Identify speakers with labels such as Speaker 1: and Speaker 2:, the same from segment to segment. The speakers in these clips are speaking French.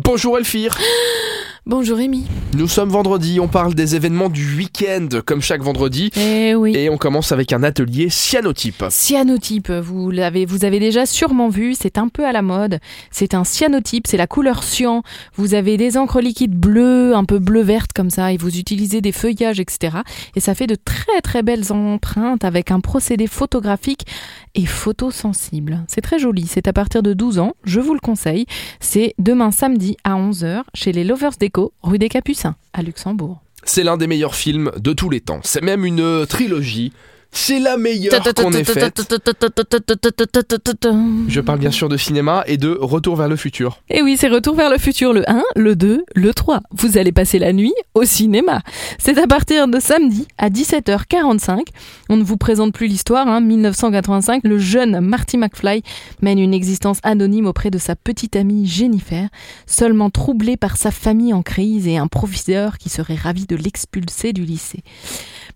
Speaker 1: Bonjour Elfire
Speaker 2: Bonjour Rémi.
Speaker 1: Nous sommes vendredi, on parle des événements du week-end comme chaque vendredi
Speaker 2: Eh oui.
Speaker 1: et on commence avec un atelier cyanotype.
Speaker 2: Cyanotype, vous l'avez, vous avez déjà sûrement vu, c'est un peu à la mode. C'est un cyanotype, c'est la couleur cyan. Vous avez des encres liquides bleues, un peu bleu verte comme ça, et vous utilisez des feuillages, etc. Et ça fait de très très belles empreintes avec un procédé photographique et photosensible. C'est très joli, c'est à partir de 12 ans, je vous le conseille. C'est demain samedi à 11h chez les Lovers Déco, rue des Capucins, à Luxembourg.
Speaker 1: C'est l'un des meilleurs films de tous les temps. C'est même une euh, trilogie. C'est la meilleure qu'on ait faite. Je parle bien sûr de cinéma et de Retour vers le futur.
Speaker 2: Et Eh oui, c'est Retour vers le futur, le 1, le 2, le 3. Vous allez passer la nuit au cinéma. C'est à partir de samedi à 17h45. On ne vous présente plus l'histoire. Hein. 1985, le jeune Marty McFly mène une existence anonyme auprès de sa petite amie Jennifer, seulement troublée par sa famille en crise et un professeur qui serait ravi de l'expulser du lycée.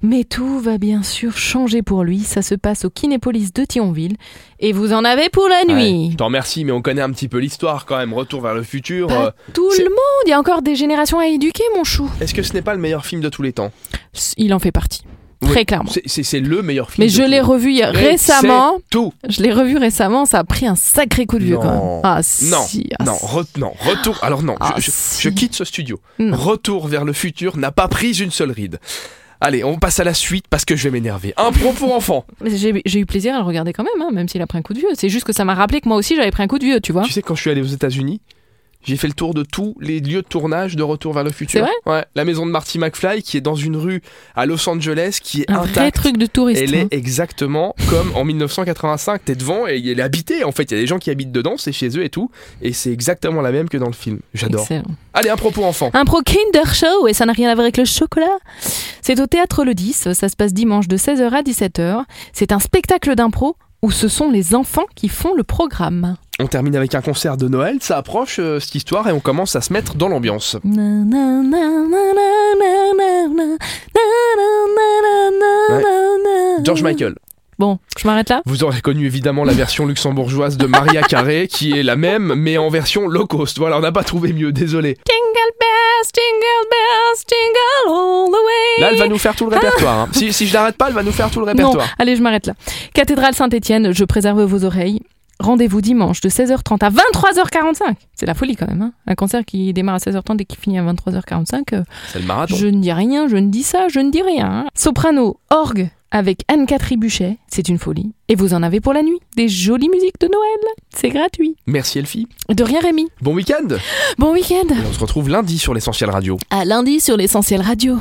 Speaker 2: Mais tout va bien sûr changer pour lui. Ça se passe au Kinépolis de Thionville. Et vous en avez pour la nuit.
Speaker 1: Ouais, je t'en remercie, mais on connaît un petit peu l'histoire quand même. Retour vers le futur.
Speaker 2: Pas
Speaker 1: euh,
Speaker 2: Tout
Speaker 1: C'est-
Speaker 2: le monde, il y a encore des générations à éduquer, mon chou.
Speaker 1: euh, Est-ce que ce n'est pas le meilleur film de tous les temps
Speaker 2: Il en fait partie,
Speaker 1: Oui.
Speaker 2: très clairement.
Speaker 1: C'est- C'est c'est le meilleur film.
Speaker 2: Mais
Speaker 1: de
Speaker 2: je
Speaker 1: tous
Speaker 2: l'ai
Speaker 1: les-
Speaker 2: revu hier- récemment.
Speaker 1: C'est Tout.
Speaker 2: Je l'ai revu récemment, ça a pris un sacré coup de vieux
Speaker 1: Non.
Speaker 2: quand même. Ah si,
Speaker 1: Non,
Speaker 2: ah,
Speaker 1: non,
Speaker 2: si.
Speaker 1: re- non, retour. Alors non,
Speaker 2: Ah,
Speaker 1: je, je-
Speaker 2: si. Hmm.
Speaker 1: je quitte ce studio.
Speaker 2: Non.
Speaker 1: Retour vers le futur n'a pas pris une seule ride. Allez, on passe à la suite parce que je vais m'énerver. Un propos enfant.
Speaker 2: Mais J'ai j'ai eu plaisir à le regarder quand même, hein, même s'il a pris un coup de vieux. C'est juste que ça m'a rappelé que moi aussi j'avais pris un coup de vieux, tu vois.
Speaker 1: Tu sais, quand je suis allé aux États-Unis, j'ai fait le tour de tous les lieux de tournage de Retour vers le futur.
Speaker 2: C'est
Speaker 1: ouais, la maison de Marty McFly qui est dans une rue à Los Angeles qui est
Speaker 2: Un vrai
Speaker 1: intacte.
Speaker 2: truc de touriste.
Speaker 1: Elle
Speaker 2: hein.
Speaker 1: est exactement comme en 1985. T'es devant et elle est habitée. En fait, il y a des gens qui habitent dedans, c'est chez eux et tout. Et c'est exactement la même que dans le film. J'adore.
Speaker 2: Excellent.
Speaker 1: Allez, un propos enfant.
Speaker 2: Un pro Kinder Show, et ça n'a rien à voir avec le chocolat. C'est au théâtre le 10, ça se passe dimanche de 16h à 17h. C'est un spectacle d'impro où ce sont les enfants qui font le programme.
Speaker 1: On termine avec un concert de Noël. Ça approche euh, cette histoire et on commence à se mettre dans l'ambiance.
Speaker 2: Na, na, na, na, na, na, na, na, na, na, na, na,
Speaker 1: Ouais.
Speaker 2: na, na.
Speaker 1: George Michael.
Speaker 2: Bon, je m'arrête là.
Speaker 1: Vous aurez connu évidemment la version luxembourgeoise de Maria Carré, qui est la même, mais en version low cost. Voilà, on n'a pas trouvé mieux, désolé.
Speaker 2: Jingle bells, jingle bells, jingle all the way.
Speaker 1: Là, elle va nous faire tout le répertoire. hein. Si, si je l'arrête pas, elle va nous faire tout le
Speaker 2: Non,
Speaker 1: répertoire.
Speaker 2: allez, je m'arrête là. Cathédrale Saint-Étienne, je préserve vos oreilles. Rendez-vous dimanche de 16h30 à 23h45. C'est la folie quand même. hein. Un concert qui démarre à 16h30 et qui finit à 23h45. euh,
Speaker 1: C'est le marathon.
Speaker 2: Je ne dis rien, je ne dis ça, je ne dis rien. hein. Soprano, orgue avec Anne-Catherine Buchet, c'est une folie. Et vous en avez pour la nuit. Des jolies musiques de Noël. C'est gratuit.
Speaker 1: Merci Elfie.
Speaker 2: De rien, Rémi.
Speaker 1: Bon week-end.
Speaker 2: Bon week-end.
Speaker 1: Et on se retrouve lundi sur l'essentiel radio.
Speaker 2: À lundi sur l'essentiel radio.